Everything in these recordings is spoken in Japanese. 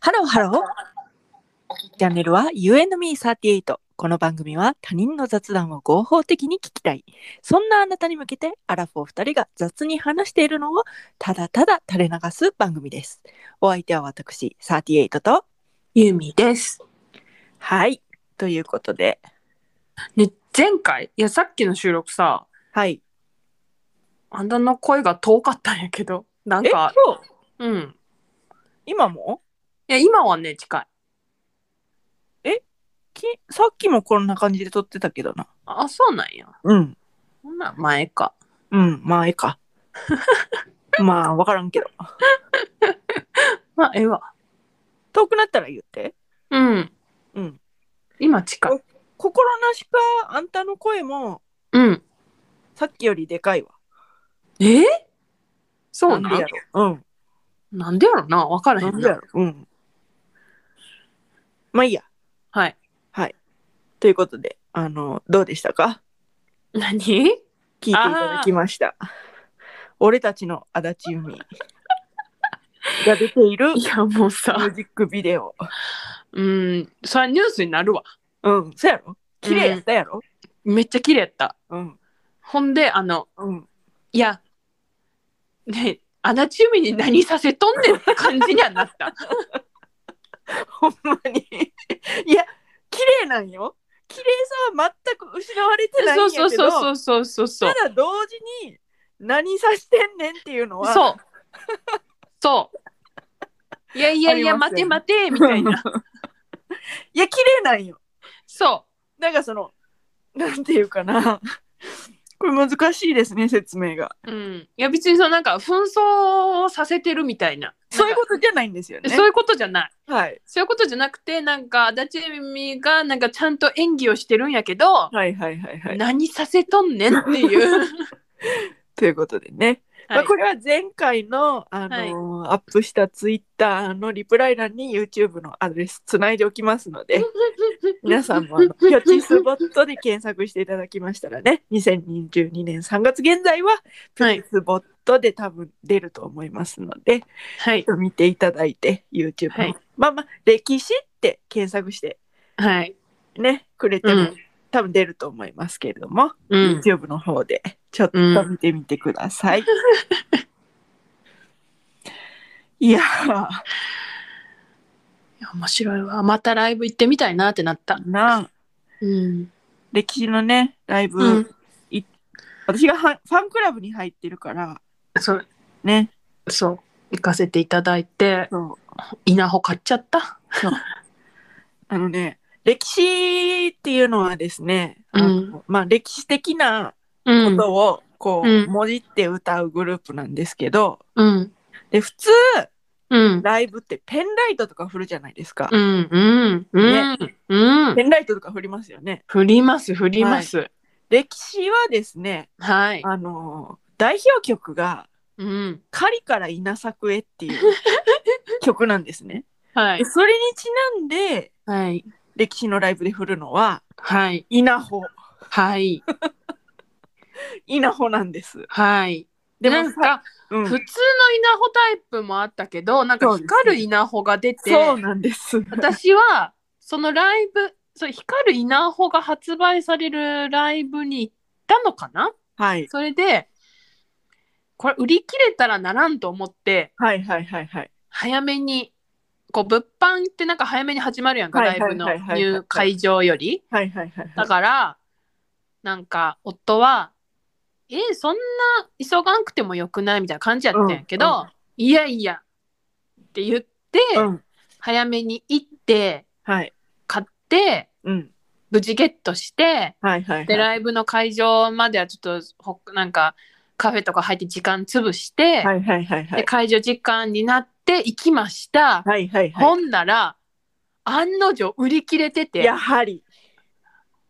ハローハロー。チャンネルは You and me38。この番組は他人の雑談を合法的に聞きたい。そんなあなたに向けてアラフォー二人が雑に話しているのをただただ垂れ流す番組です。お相手は私38と。ユミです。はい。ということで。ね、前回、いや、さっきの収録さ、はい。あんたの声が遠かったんやけど、なんえ、今か日、うん。今もいや、今はね、近い。きさっきもこんな感じで撮ってたけどな。あ、そうなんや。うん。そんなん前か。うん。まあ、ええ か。まあ、わからんけど。まあ、ええわ。遠くなったら言って。うん。うん。今近い。心なしかあんたの声もうん。さっきよりでかいわ。えーそうななんでんやろ。うん。なんでやろなわからへなんんでやな。ろ。うん。まあいいや。はい。ということで、あの、どうでしたか何聞 いていただきました。俺たちの足立由美が出ているいミや、もうュさ、ージックビデオ。うん。それはニュースになるわ。うん。そうやろ綺麗やったやろめっちゃ綺麗やった。うん。ほんで、あの、うん。いや、ね、足立由美に何させとんねんって感じにはなった。ほんまに。いや、綺麗なんよ。綺麗さは全く失われてないんそやうけそど。うそうそうそうそう。ただ同時に何さしてんねんっていうのはそう。 そう。いやいやいあや、りま待すてよね待て、みたい な。いや綺麗なんよそなん かそのなんていうかなこれ難しいですね説明がう。うん。いや、別にそのなんか、紛争をさせてるみたいな。そういうことじゃないんですよねそういうことじゃない。はい、そういうことじゃなくて、なんか、足立由美が、なんか、ちゃんと演技をしてるんやけど、はいはいはいはい何させとんねんって いう。ということでね、まはあ、いこれは前回の、あのーアップしたツイッターのリプライ欄に YouTube のアドレスつないでおきますの で皆さんもあの「キャッチスボット」で検索していただきましたらね2022年3月現在ははい。スボットで多分出ると思いますので、はい。見ていただいて、YouTube の、はいまあまあ、歴史って検索してはい。ね、くれてうも、ん。多分出ると思いますけれども、うん。 YouTube の方でちょっと見てみてください。いやー、いや面白いわ。またライブ行ってみたいなってなった。なあうん。歴史のね、ライブ、うん。私がはファンクラブに入ってるから、そう、ね、そう。行かせていただいて、そう、稲穂買っちゃった。あのね、歴史っていうのはですね、あのうんまあ歴史的なうことをこううんもじって歌うグループなんですけど、うん。で普通うん。ライブってペンライトとか振るじゃないですか、うん。うん。うん。うん。ペンライトとか振りますよね振ります、振ります。歴史はですねはい。あのー代表曲がうん。 「狩りから稲作へ」っていう 曲なんですねはいで。それにちなんではい。歴史のライブで振るのははい。稲穂はい。稲穂なんですはい。でもなんか、う普ん通の稲穂タイプもあったけど、なんか光る稲穂が出て、そうなんです私はそのライブそう光る稲穂が発売されるライブに行ったのかなはいそれでこれ売り切れたらならんと思ってはいはいはいはい早めにこう物販ってなんか早めに始まるやんかはラいイはいブはいはいのはい入会場よりはいはいはいはだいからなんか夫は「えそんな急がんくてもよくない?」みたいな感じやったんやけうんうど「いやいや」って言ってうん早めに行ってはい買ってうん無事ゲットしてはいはいではいライブの会場まではちょっとほなんかカフェとか入って時間潰して、はいはいはいはでい会場時間になって行きました、はいはいはいほんなら案の定売り切れててやはり。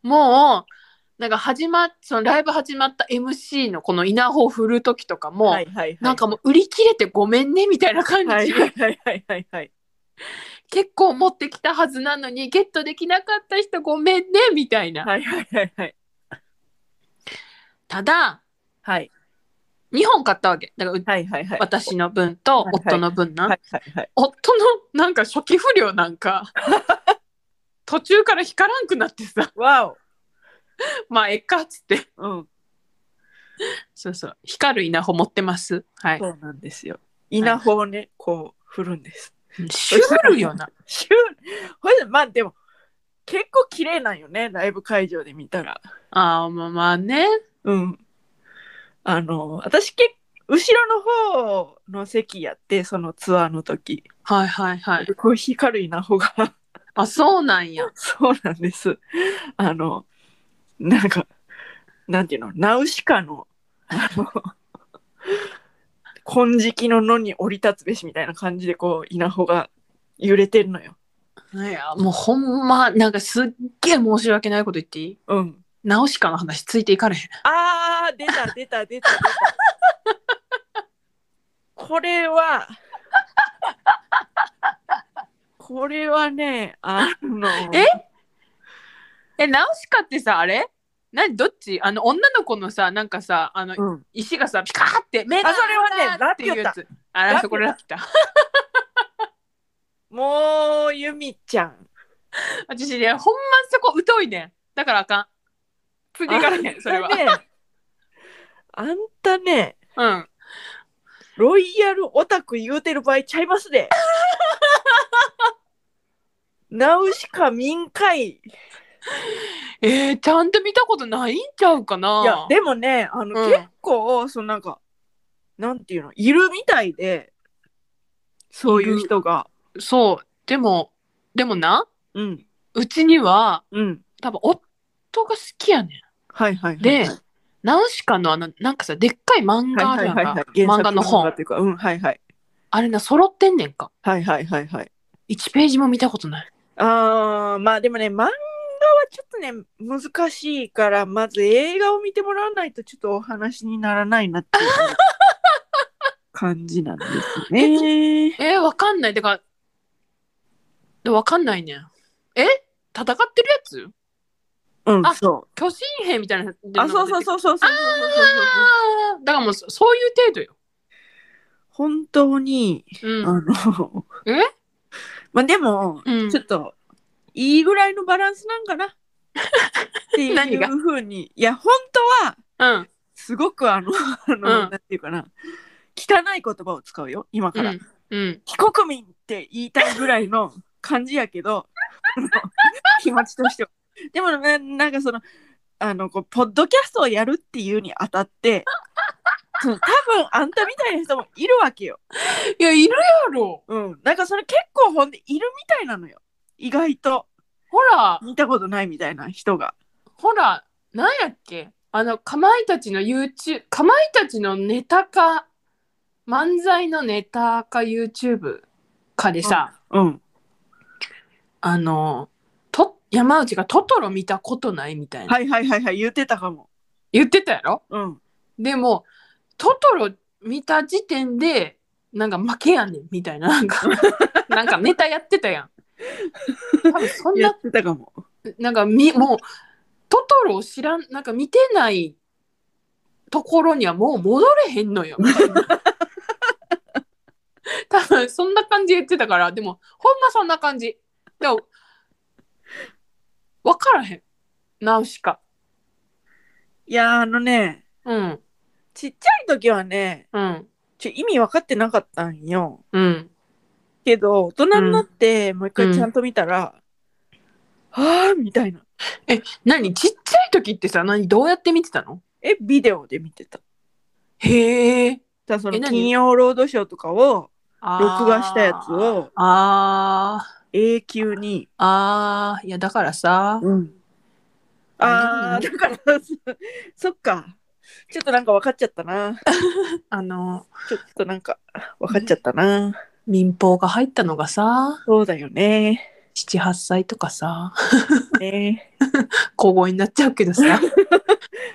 もうなんか始まっそのライブ始まった MC のこの稲穂を振る時とかも、はいはいはい。なんかもう売り切れてごめんねみたいな感じ、はいはいはいはいはいはい。結構持ってきたはずなのにゲットできなかった人ごめんねみたいな、はいはいはいはい。ただはい。 2本買ったわけだからうはいはいはい。私の分とはいはい夫の分な、はいはいはい。夫のなんか初期不良な んか途中から光らんくなってさわまあえっかっつってお。うん。そうそう光る稲穂持ってますはいそうなんですよ。稲穂をね、こう振るんです。シュールよ なシュール。ほいで、まあでも、結構綺麗なんよね、ライブ会場で見たら。あーまあまあねうん。あの、私結後ろの方の席やって、そのツアーの時。はいはいはいこう光る稲穂が。あそうなんやそうなんです。あの、なんか、なんていうの、ナウシカの、あの、金色の野に降り立つべしみたいな感じで、こう、稲穂が揺れてるのよ。いやもうほんまなんかすっげえ申し訳ないこと言っていいうん。直しかの話ついていかれへんあー、出た、出た、出た、出た。これは、これはね、あの、ええ直しかってさあれ何どっちあの女の子のさなんかさあのうん、石がさピカーって目があそれはねピカーっていうやつあラピュタらそこラピュタもう、ゆみちゃん。私ねほんまそこ疎いねんだからあかんついていかれへんそれはあんたねあんたね、うんロイヤルオタク言うてる場合ちゃいます で。ナウシカ民会。いえー、ちゃんと見たことないんちゃうかなや、でもね、あの、うん結構、そのなんか、なんていうの、いるみたいで、そういう人が。そうでもでもなうん、うちにはうん。多分夫が好きやねんはいはいはい。で、ナウシカのあの、なんかさ、でっかい漫画あはいるはいやはんいかはい。漫画原の作本って。いうか、うん、はいはい。あれな、揃ってんねんか。はいはいはいはい。 1ページも見たことない。あーまあでもね漫画はちょっとね難しいからまず映画を見てもらわないとちょっとお話にならないなっ ていう感じなんですね。えー、わかんない。てか、でわかんないねん。え戦ってるやつうんあそう。巨神兵みたいな。あそうそうう。そうそうそうそうそうそう。あーだからもうそ、そういう程度よ。本当に、うあのえまあでも、ん。うんちょっといいぐらいのバランスなん かなってい何うがふうにいや本当はうん。すごくあの あの、うんなんていうかな汚い言葉を使うよ今うから。ん。うん。非国民って言いたいぐらい の感じやけど あの気持ちとしては。でもななんかそのあのこうポッドキャストをやるっていうにあた ってその多分あんたみたいな人もいるわけよ。いや、いるやろ。うん、なんかそれ結構ほんでいるみたいなのよ意外とほら、見たことないみたいな人が。ほら、なんやっけあの、かまいたちの YouTube、かまいたちのネタか、漫才のネタか YouTube かでさ、うん、あの、と、山内がトトロ見たことないみたいな、はいはいはいはい言ってたかも。言ってたやろうん、でも、トトロ見た時点で、なんか負けやねんみたいな、なん か、なんかネタやってたやん。多分そん言な、ってたかも。なんかみ、もう、トトロを知らん、なんか見てないところにはもう戻れへんのよ、 みたいな。多分そんな感じで言ってたから、でも、ほんまそんな感じ。でも、わからへん。ナウシカ。いやーあのねうん、ちっちゃい時はねうん、ちょ意味分かってなかったんよ。うん。けど大人になってもう一回ちゃんと見たら、はあみたいな何ちっちゃい時ってさ、何どうやって見てたのえビデオで見てたへえ。だからそのえ何金曜ロードショーとかをあー録画したやつ。をあー永久に、あー、いや、だからさ、あああだから そそっかちょっとなんか分かっちゃったなあの、ちょっとなんか分かっちゃったな民放が入ったのがさそうだよね78歳とかさ ね小声になっちゃうけどさ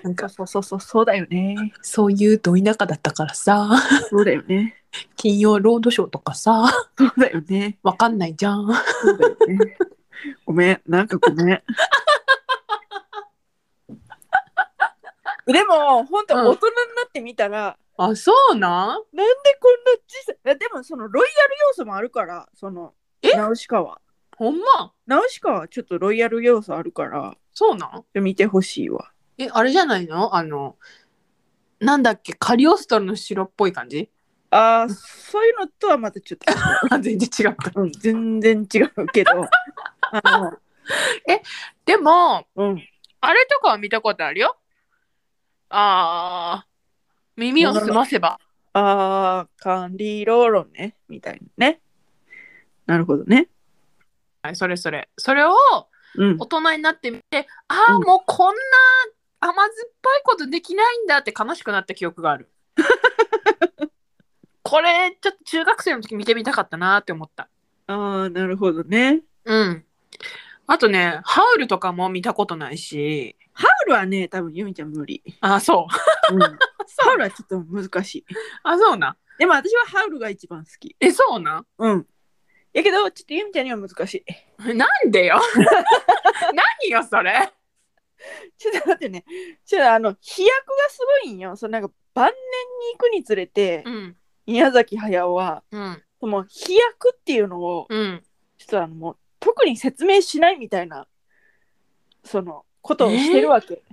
なんかそうそうそうそうだよねそういうど田舎だったからさそうだよね金曜ロードショーとかさそうだよねわかんないじゃんそうだよねごめんなんかごめん でも本当うん大人になってみたら、あ、そうなんなんでこんな小さいやでもそのロイヤル要素もあるからそのえナウシカはほんまナウシカはちょっとロイヤル要素あるからそうなん見てほしいわえ、あれじゃないのあの、なんだっけ、カリオストロの城っぽい感じあーそういうのとはまたちょっあ全然違った。と、うん、全然違うけどあでも、のうんあれとかは見たことあるよ。あー、耳をすませば。あーカンリーローロンねみたいなねなるほどねはい、それそれ。それをうん大人になってみて、ああ、うんもうこんな甘酸っぱいことできないんだって悲しくなった記憶が ある。これ、ちょっと中学生の時見てみたかったなって思った。ああなるほどねうん。あとね、ハウルとかも見たことないし、ハウルはね多分ユミちゃん無理、あ、 そう。うん、ハウルはちょっと難しいあ、そうな。でも私はハウルが一番好きえ、そうな。うんやけどちょっとユミちゃんには難しい なんでよ。何よ、それ。ちょっと待ってねちょっとあの飛躍がすごいんよそのなんか晩年に行くにつれてうん。宮崎駿はうん。その飛躍っていうのをうん。ちょっとあのもう特に説明しないみたいなそのことをしてるわけ。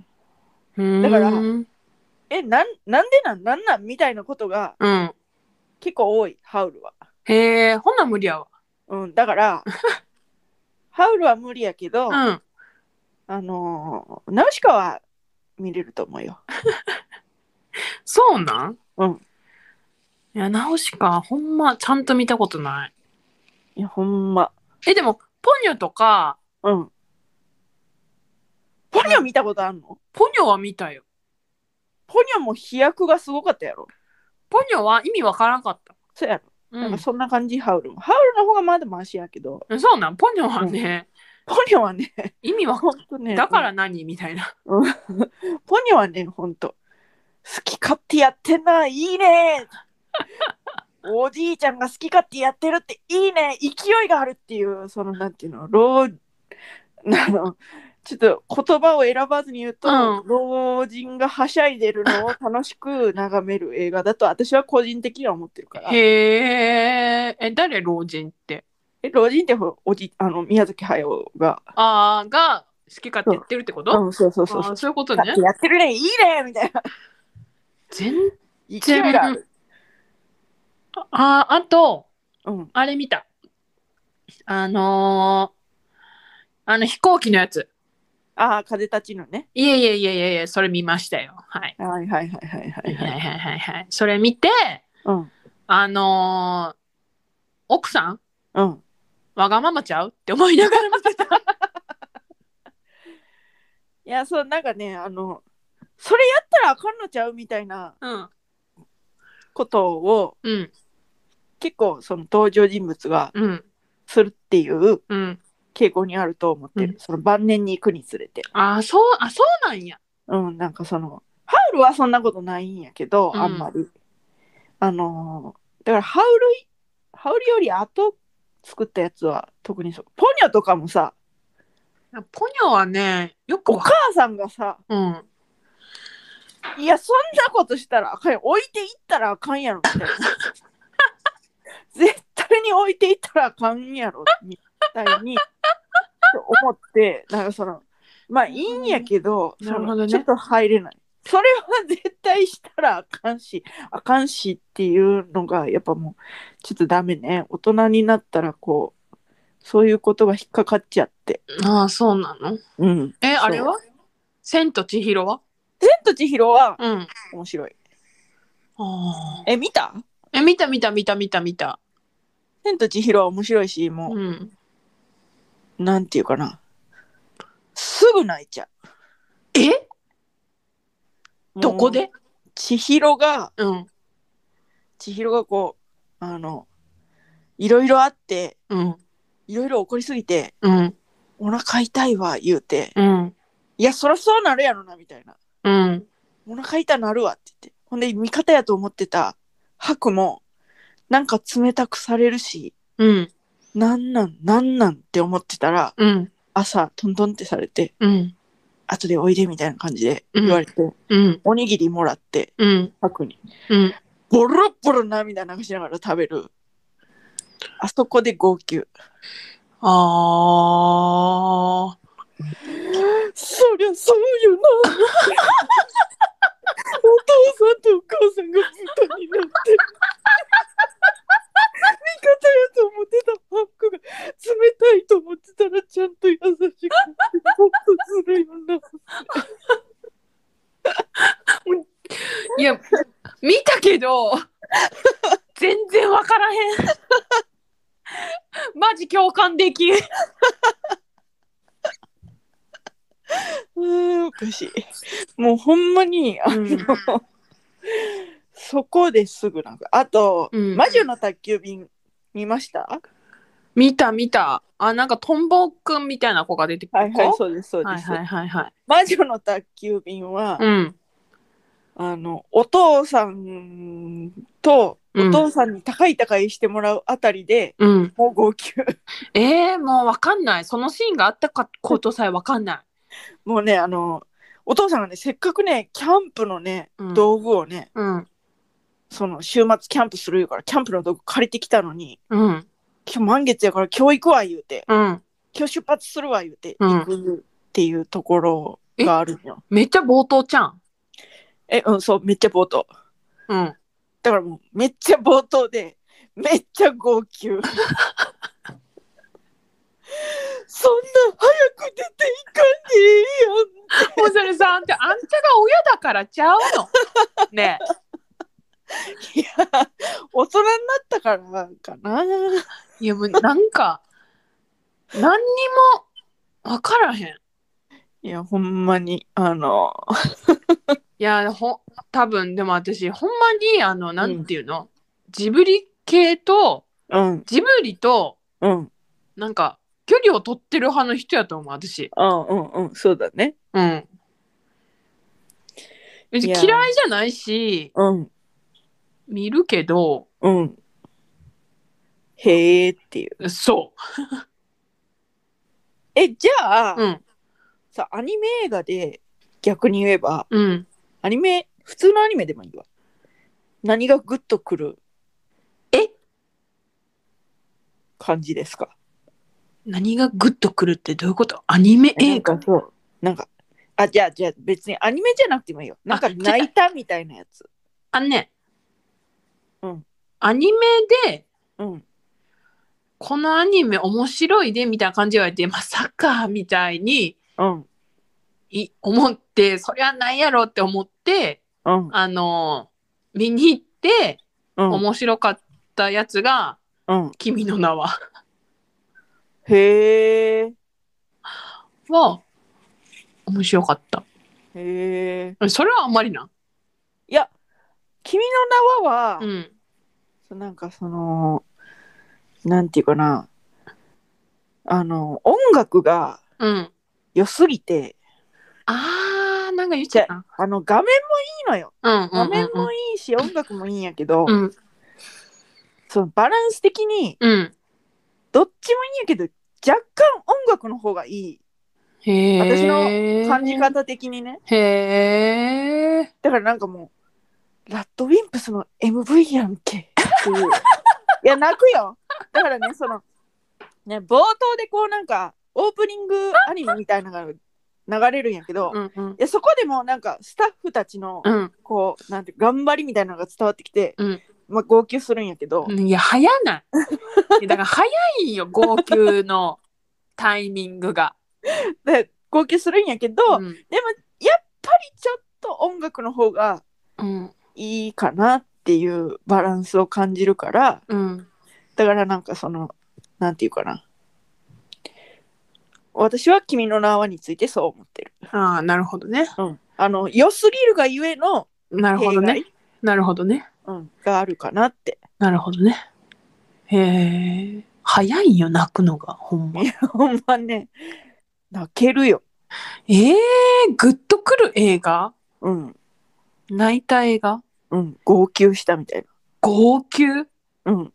だからうん。えなんなんでなんなんなんみたいなことがうん。結構多いハウルは。へえ、ほんな無理やわ。うん、だから ハウルは無理やけど、うん。あのーナウシカは見れると思うよ。そうなんうん。いや、ナウシカ、ほんま、ちゃんと見たことない。いやほんま。え、でも、ポニョとか、うん。ポニョ見たことあんのポニョは見たよ。ポニョも飛躍がすごかったやろ。ポニョは意味わからんかった。そうやろ。うなんんか。そんな感じ、ハウルも。ハウルの方がまだマシやけど、そうなん、ポニョはね、ポニョは ね、意味わかほんとね。だから何みたいな。うんポニョはね、ほんと、好き勝手やってんな、いい ね。おじいちゃんが好き勝手やってるっていいね、勢いがあるっていう、そのなんていうの、老、あの、ちょっと言葉を選ばずに言うと、うん老人がはしゃいでるのを楽しく眺める映画だと私は個人的には思ってるから。へえ、え、誰老人って。え老人ってほおじあの宮崎駿が、あーが好き勝手言ってるってこと、うん、そうそうそそううそう。そういうこと好きね勝。手やってるね、いいねみたいな。全勢い然。がある。あー、あと、うん、あれ見た。あのー、あの飛行機のやつ。ああ、風立ちのね。いえいえいえいえいえ、それ見ましたよ。はい。はいはいはいはいははいい。ははいい、はいはい。それ見て、うんあのー、奥さんうん。わがままちゃうって思いながら見て た。いや、そう、なんかね、あの、それやったらあかんのちゃうみたいなうん。ことをうん。結構その登場人物がうん。するっていううん。傾向にあると思ってる。うその晩年に行くにつれて。あー、そう、あ、そうなんや。うん、なんかその、ハウルはそんなことないんやけど、うんあんまり。あのーだからハウル、ハウルより後作ったやつは特にそう。ポニョとかもさ、ポニョはね、よくおわ母さんがさ、うん。いや、そんなことしたらあかんよ。置いていったらあかんやろ、み たいな。絶対に置いていったらあかんやろ、みたいに思って、なんかその、まあいいんやけど、なるほどねそのちょっと入れない。それは絶対したらあかんし、あかんしっていうのが、やっぱもう、ちょっとダメね。大人になったら、こう、そういうことが引っかかっちゃって。ああ、そうなの。うん。え、そうあれは千と千尋は千と千尋はうん。面白い。あえ、見たえ、見た見た見た見た見た。千と千尋は面白いし、もう、うん。なんていうかな。すぐ泣いちゃえう。どこもでう千尋が、うん。千尋がこう、あの、いろいろあって、うん。いろいろ起こりすぎて、うん。お腹痛いわ、言うて、うん。いや、そらそうなるやろな、みたいな。うん。お腹痛なるわって言って。ほんで、味方やと思ってたハクも、なんか冷たくされるし、うん。なんなん、なんなんって思ってたら、うん。朝、トントンってされて、うん。後でおいでみたいな感じで言われて、うんおにぎりもらって、うんパクに、うんボロボロ涙流しながら食べる。あそこで号泣。あーそりゃそうよな。お父さんとお母さんが豚になって。味方やと思ってたパンクが冷たいと思ってたらちゃんと優しくてほっとするよな。いや見たけど全然わからへんマジ共感できんうーんおかしい。もうほんまに、あの、うんそこですぐなんか。あと、うん魔女の宅急便見ました見た見たあなんかトンボくんみたいな子が出てくはいる子はい、そうです、そうではいす。はいはいはい魔女の宅急便は、うんあの、お父さんと、うんお父さんに高い高いしてもらうあたりで、うんもう号泣。 えー、もうわかんないそのシーンがあったかことさえわかんないもうね、あの、お父さんがね、せっかくね、キャンプのね、うん道具をね、うんその、週末キャンプするよから、キャンプの道具借りてきたのに、うん今日満月やから今日行くわ言うて、うん今日出発するわ言うて、うん行くっていうところがあるのよ。めっちゃ冒頭ちゃんえ、うん、そう、めっちゃ冒頭。うんだからもう、めっちゃ冒頭で、めっちゃ号泣。そんな早く出ていかんでええやん。もうそれさあんたあんたが親だからちゃうの ねえいや、大人になったからかな。いやもうなんか何にもわからへんいいや、ほんまに、あの、やほ多分でも私ほんまにあのなんていうの、ジブリ系とうん、ジブリとうん、うん、なんか距離を取ってる派の人やと思う私うん、うん、そうだね。うん別にいや嫌いじゃないしうん、見るけどうん。へえっていう。そえ、じゃあ、ううんさ、アニメ映画で逆に言えば、うんアニメ、普通のアニメでもいいわ。何がグッとくるえ感じですか何がグッとくるってどういうことアニメ映画なんかそう。なんか、あ、じゃあ、じゃあ別にアニメじゃなくてもいいよ。なんかあ泣いたみたいなやつ。あのね、うんアニメでうん。このアニメ面白いでみたいな感じは言ってまさかみたいにうん。い思ってそりゃないやろって思ってうん。あのー見に行ってうん。面白かったやつがうん「君の名は」へえ。は面白かった。へえ。それはあんまりな。いや、君の名はは、うん。そうなんかその、なんていうかな。あの、音楽がうん。良すぎて、あー、なんか言っちゃった。あの、画面もいいのよ。うん。画面うんもいいし音楽もいいんやけど、うん。そのバランス的にうん。どっちもいいんやけど若干音楽の方がいへ私え。い感じ。方的にね、へえ。だからなんかもうラッドウィンプスの MV やんけっていういや泣くよだからねそのね冒頭でこうなんかオープニングアニメみたいなのが流れるんやけど、ういんうん。やそこでもなんかスタッフたちのうんこうなんて頑張りみたいなのが伝わってきて、うんまあ、号泣するんやけど、うん。いや、早ない。いや だから早いよ、号泣のタイミングが。で号泣するんやけど、うんでもやっぱりちょっと音楽の方がうん。いいかなっていうバランスを感じるからうん。だからなんかそのなんていうかな私は「君の名は」についてそう思ってる。ああ、なるほどね。あの良すぎるがゆえのなるほどね。なるほどね。うん、があるかなって。 なるほどね。へえ。早いよ、泣くのが、ほんま。ほんまね泣けるよ。ええー、グッとくる映画うん泣いた映画うん号泣したみたい号泣な。うん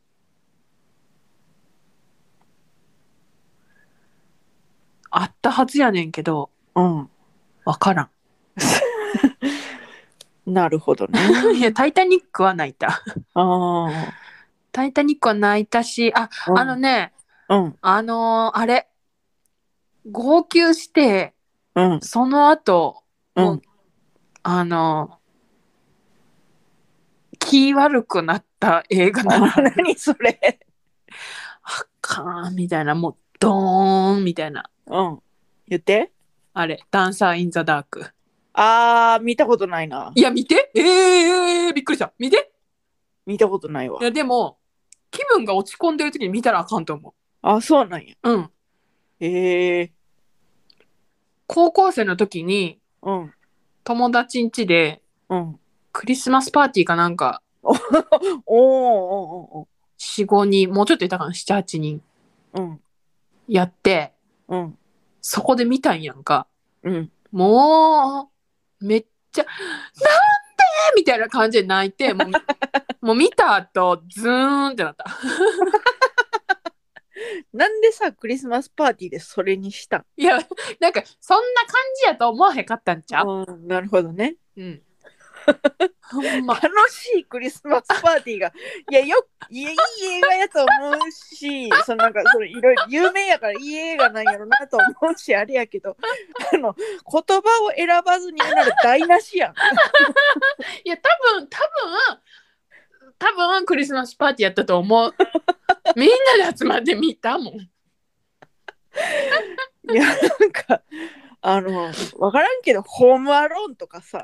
あったはずやねんけど、うんわからなるほどね。 んいや「タイタニック」は泣いたあ「タイタニック」は泣いたしああ、うんあの、ねうん、あのーあれ号泣してうん、その後う。もうんあの気悪くなった映画なのあ 何それ。あかんみたいなもうドーンみたいなうん。言って。あれ「ダンサー・イン・ザ・ダークあー、見たことないな」。いや見てえー、えーびっくりした見て見たことないわい。やでも気分が落ち込んでる時に見たらあかんと思あ、そうなんや。ううんへえ。高校生の時にうん、友達ん家でうん。クリスマスパーティーかなんかおーおーおー45人もうちょっといたかな78人おーうん、やってうん、そこで見たんやんかうん。もう、めっちゃ、なんでみたいな感じで泣いて、もう もう見た後、ズーンってなった。なんでさ、クリスマスパーティーでそれにしたんいや、なんか、そんな感じやと思わへんかったんちゃううん、なるほどね。うん。ほんま、楽しいクリスマスパーティーが、いや、よく、いやいい映画やと思うし、そのなんか、それいろいろ有名やからいい映画なんやろなと思うし、あれやけど、あの、言葉を選ばずに言うなら台無しやん。いや、多分、多分、多分クリスマスパーティーやったと 思う。みんなで集まって見たもん。いや、なんか、あの、わからんけど、ホームアローンとか さ、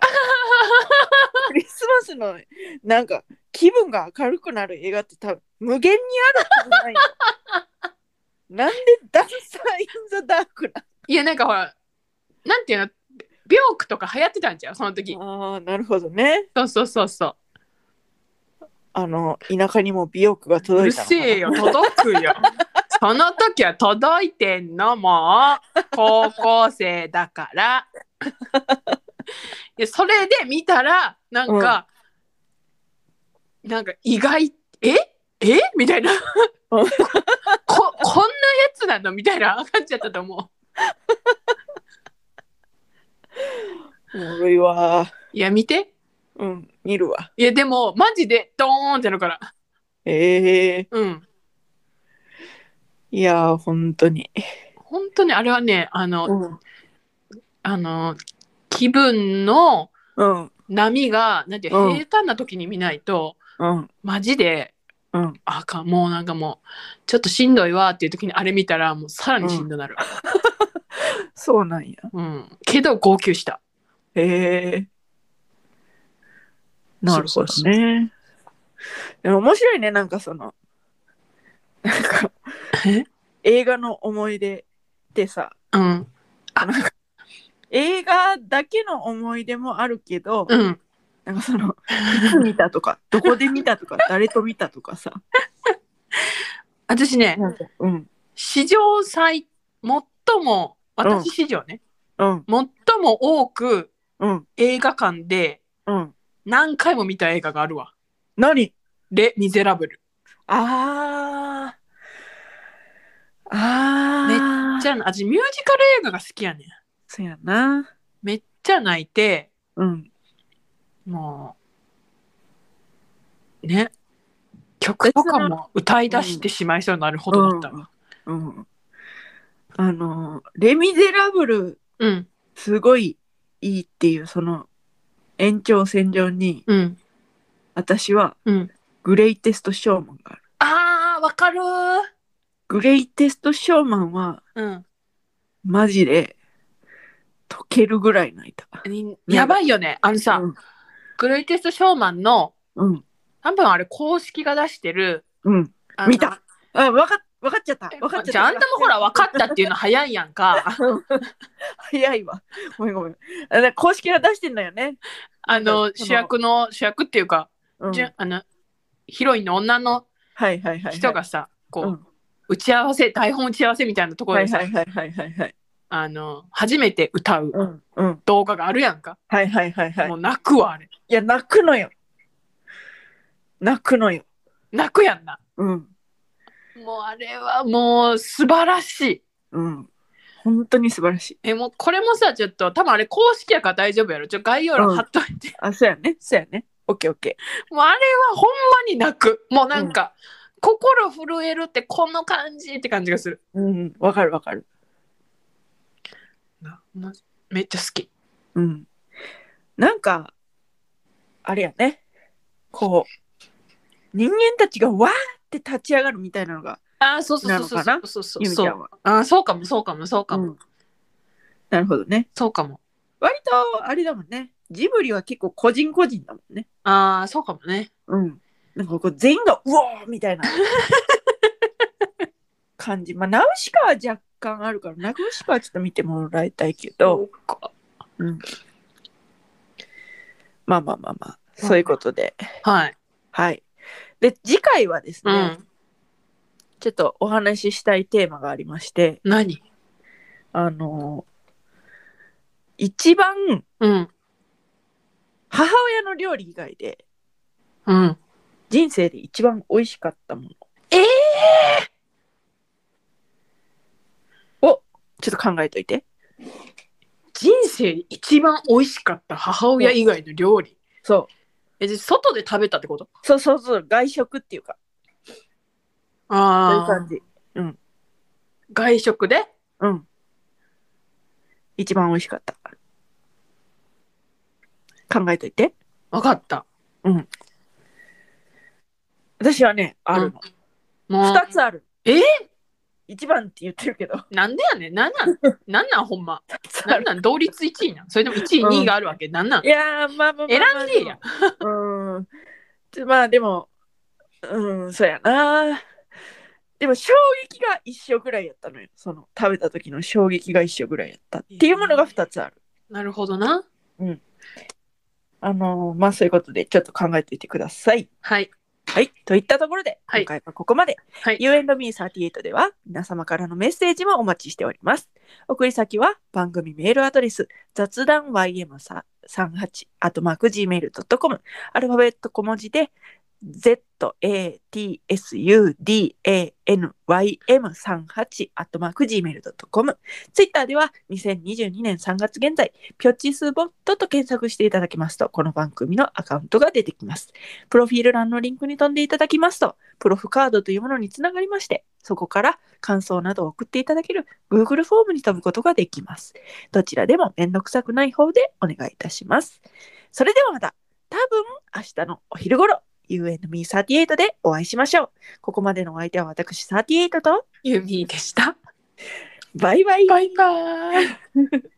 クリスマスの、なんか、気分が明るくなる映画って多分、無限にあるはずないよ。 なんでダンサー・イン・ザ・ダークないや、なんかほら、なんていうの、病気とか流行ってたんちゃうその時。ああ、なるほどね。そうそうそうそう。あの、田舎にも美容区がう届るいたのせえよ、届く よ。その時は届いてんのもう高校生だ から。でそれで見たらなんか、なんか意外ええみたいなう こんここんなやつなのみたいな感じだったと思う。おもろいわ。いや見てうん、見るわ。いやでもマジでドーンってなるからええうんいやー、本当に。本当にあれはねあの、うん。あの気分のうん。波がなんていううん平坦な時に見ないと、うん。マジでうん。あかんもうなんかもうちょっとしんどいわっていう時にあれ見たらもうさらにしんどなる、そうなんや。うんけど号泣したええなるほそうそうどそうね。でも面白いね、なんかその、なんかえ、映画の思い出ってさ、うん映画だけの思い出もあるけど、うんなんかその、いつ見たとか、どこで見たと か、誰と見たとかさ。私ねうん。史上最最も私史上ね、うん。最も多くうん。映画館でうん。何回も見た映画があるわ何「レ・ミゼラブルああ。ああ。」じゃ。ゃあ私ミュージカル映画が好きやねんそうやな。めっちゃ泣いてうん。もうね曲とかも歌い出してしまいそうになるほどだったわ、うん。あの、レ・ミゼラブル、うんすごいいいっていう、その、延長線上に、うん私は、うんグレイテスト・ショーマンがある。あーわかるーグレイテスト・ショーマンは、うんマジで、溶けるぐらい泣いた。にやばいよねあのさ、うんグレイテストショーマンのうん。多分あれ公式が出してるうん。あの見たあ、わかっ、わかっちゃった。わかっちゃった。じゃああんたもほら分かったっていうの早いや んか早いわ。ごめんごめん。あだ公式が出してんだよね。あうのん主役の主役っていうか、うん、じはいゅあのヒロインの女のはいはいはい。人がさこう、うん打ち合わせ台本打ち合わせみたいなところはでいさ、はいはいはいはいはい。あの初めて歌ううんうん。動画があるやんか、はいはいはいはいも。う泣くわあれいや泣くのよ。泣くのよ。泣くやんなうんもうあれはもう素晴らしいうん。本当に素晴らしい。え、もうこれもさ、ちょっと、多分あれ公式やから大丈夫やろ。ちょ、概要欄貼っといて。あ、そうやね。そうやね。オッケーオッケもうあれはほんまに泣く。もうなんか、心震えるってこの感じって感じがする。ー。うん、わかるわかる。なまめっちゃ好き。うん。なんか、あれやね。こう、人間たちがわーって立ち上がるみたいなのが、あーそうそうそうそうなのかそうそうゆみそちうゃんは。あーそうかもそうかもそうかも、うんなるほどね。そうかも割と、あれだもんね。ジブリは結構個人個人だもんね。あーそうかもねうん。なんかこう全員が、うおーみ たいな感じ。まあ、ナウシカは若干あるから、ナウシカはちょっと見てもらいたいけど、うかまあまあまあまあ、そういうことで。はいはい。で、次回はですうね、ん、ちょっとお話ししたいテーマがありまして、何あのー一番うん母親の料理以外で、うん人生で一番美味しかったもの。ええを、ちょっと考えといて。人生で一番美味しかった母親以外の料理そう。えじゃあ外で食べたってことそうそうそう、外食っていうか、そういうああ感じ。外食でうん。一番美味しかった。考えといて。分かった私はね、あるの。もう二、つある。え一番って言ってるけど。 なんでやねんなんなんなんなんほん ま二つあなるんなん同率1位なんそれでも1位うん2位があるわけなんなんいやー、まあまあまあ選まあんでや。でもうん。ちょまあでも、うん、そうやな。でも衝撃が一緒ぐらいやったのよ。その食べた時の衝撃が一緒ぐらいやった。っていうものが二つある。なるほどなあのーまあそういうことでちょっと考えていてください。はいはい。といったところで、はい今回はここまで。はい You and me38 では皆様からのメッセージもお待ちしております。送り先は番組メールアドレス雑談 ym38 あとマーク gmail.com アルファベット小文字で zatsudanym38 あとマーク gmail.com ツイッターでは2022年3月現在ピョチスボットと検索していただきますとこの番組のアカウントが出てきます。プロフィール欄のリンクに飛んでいただきますとプロフカードというものにつながりまして、そこから感想などを送っていただける Google フォームに飛ぶことができます。どちらでもめんどくさくない方でお願いいたします。それではまた、多分明日のお昼頃、UNME38 でお会いしましょう。ここまでのお相手は私38と、ユミでしたバイバイ。バイバイ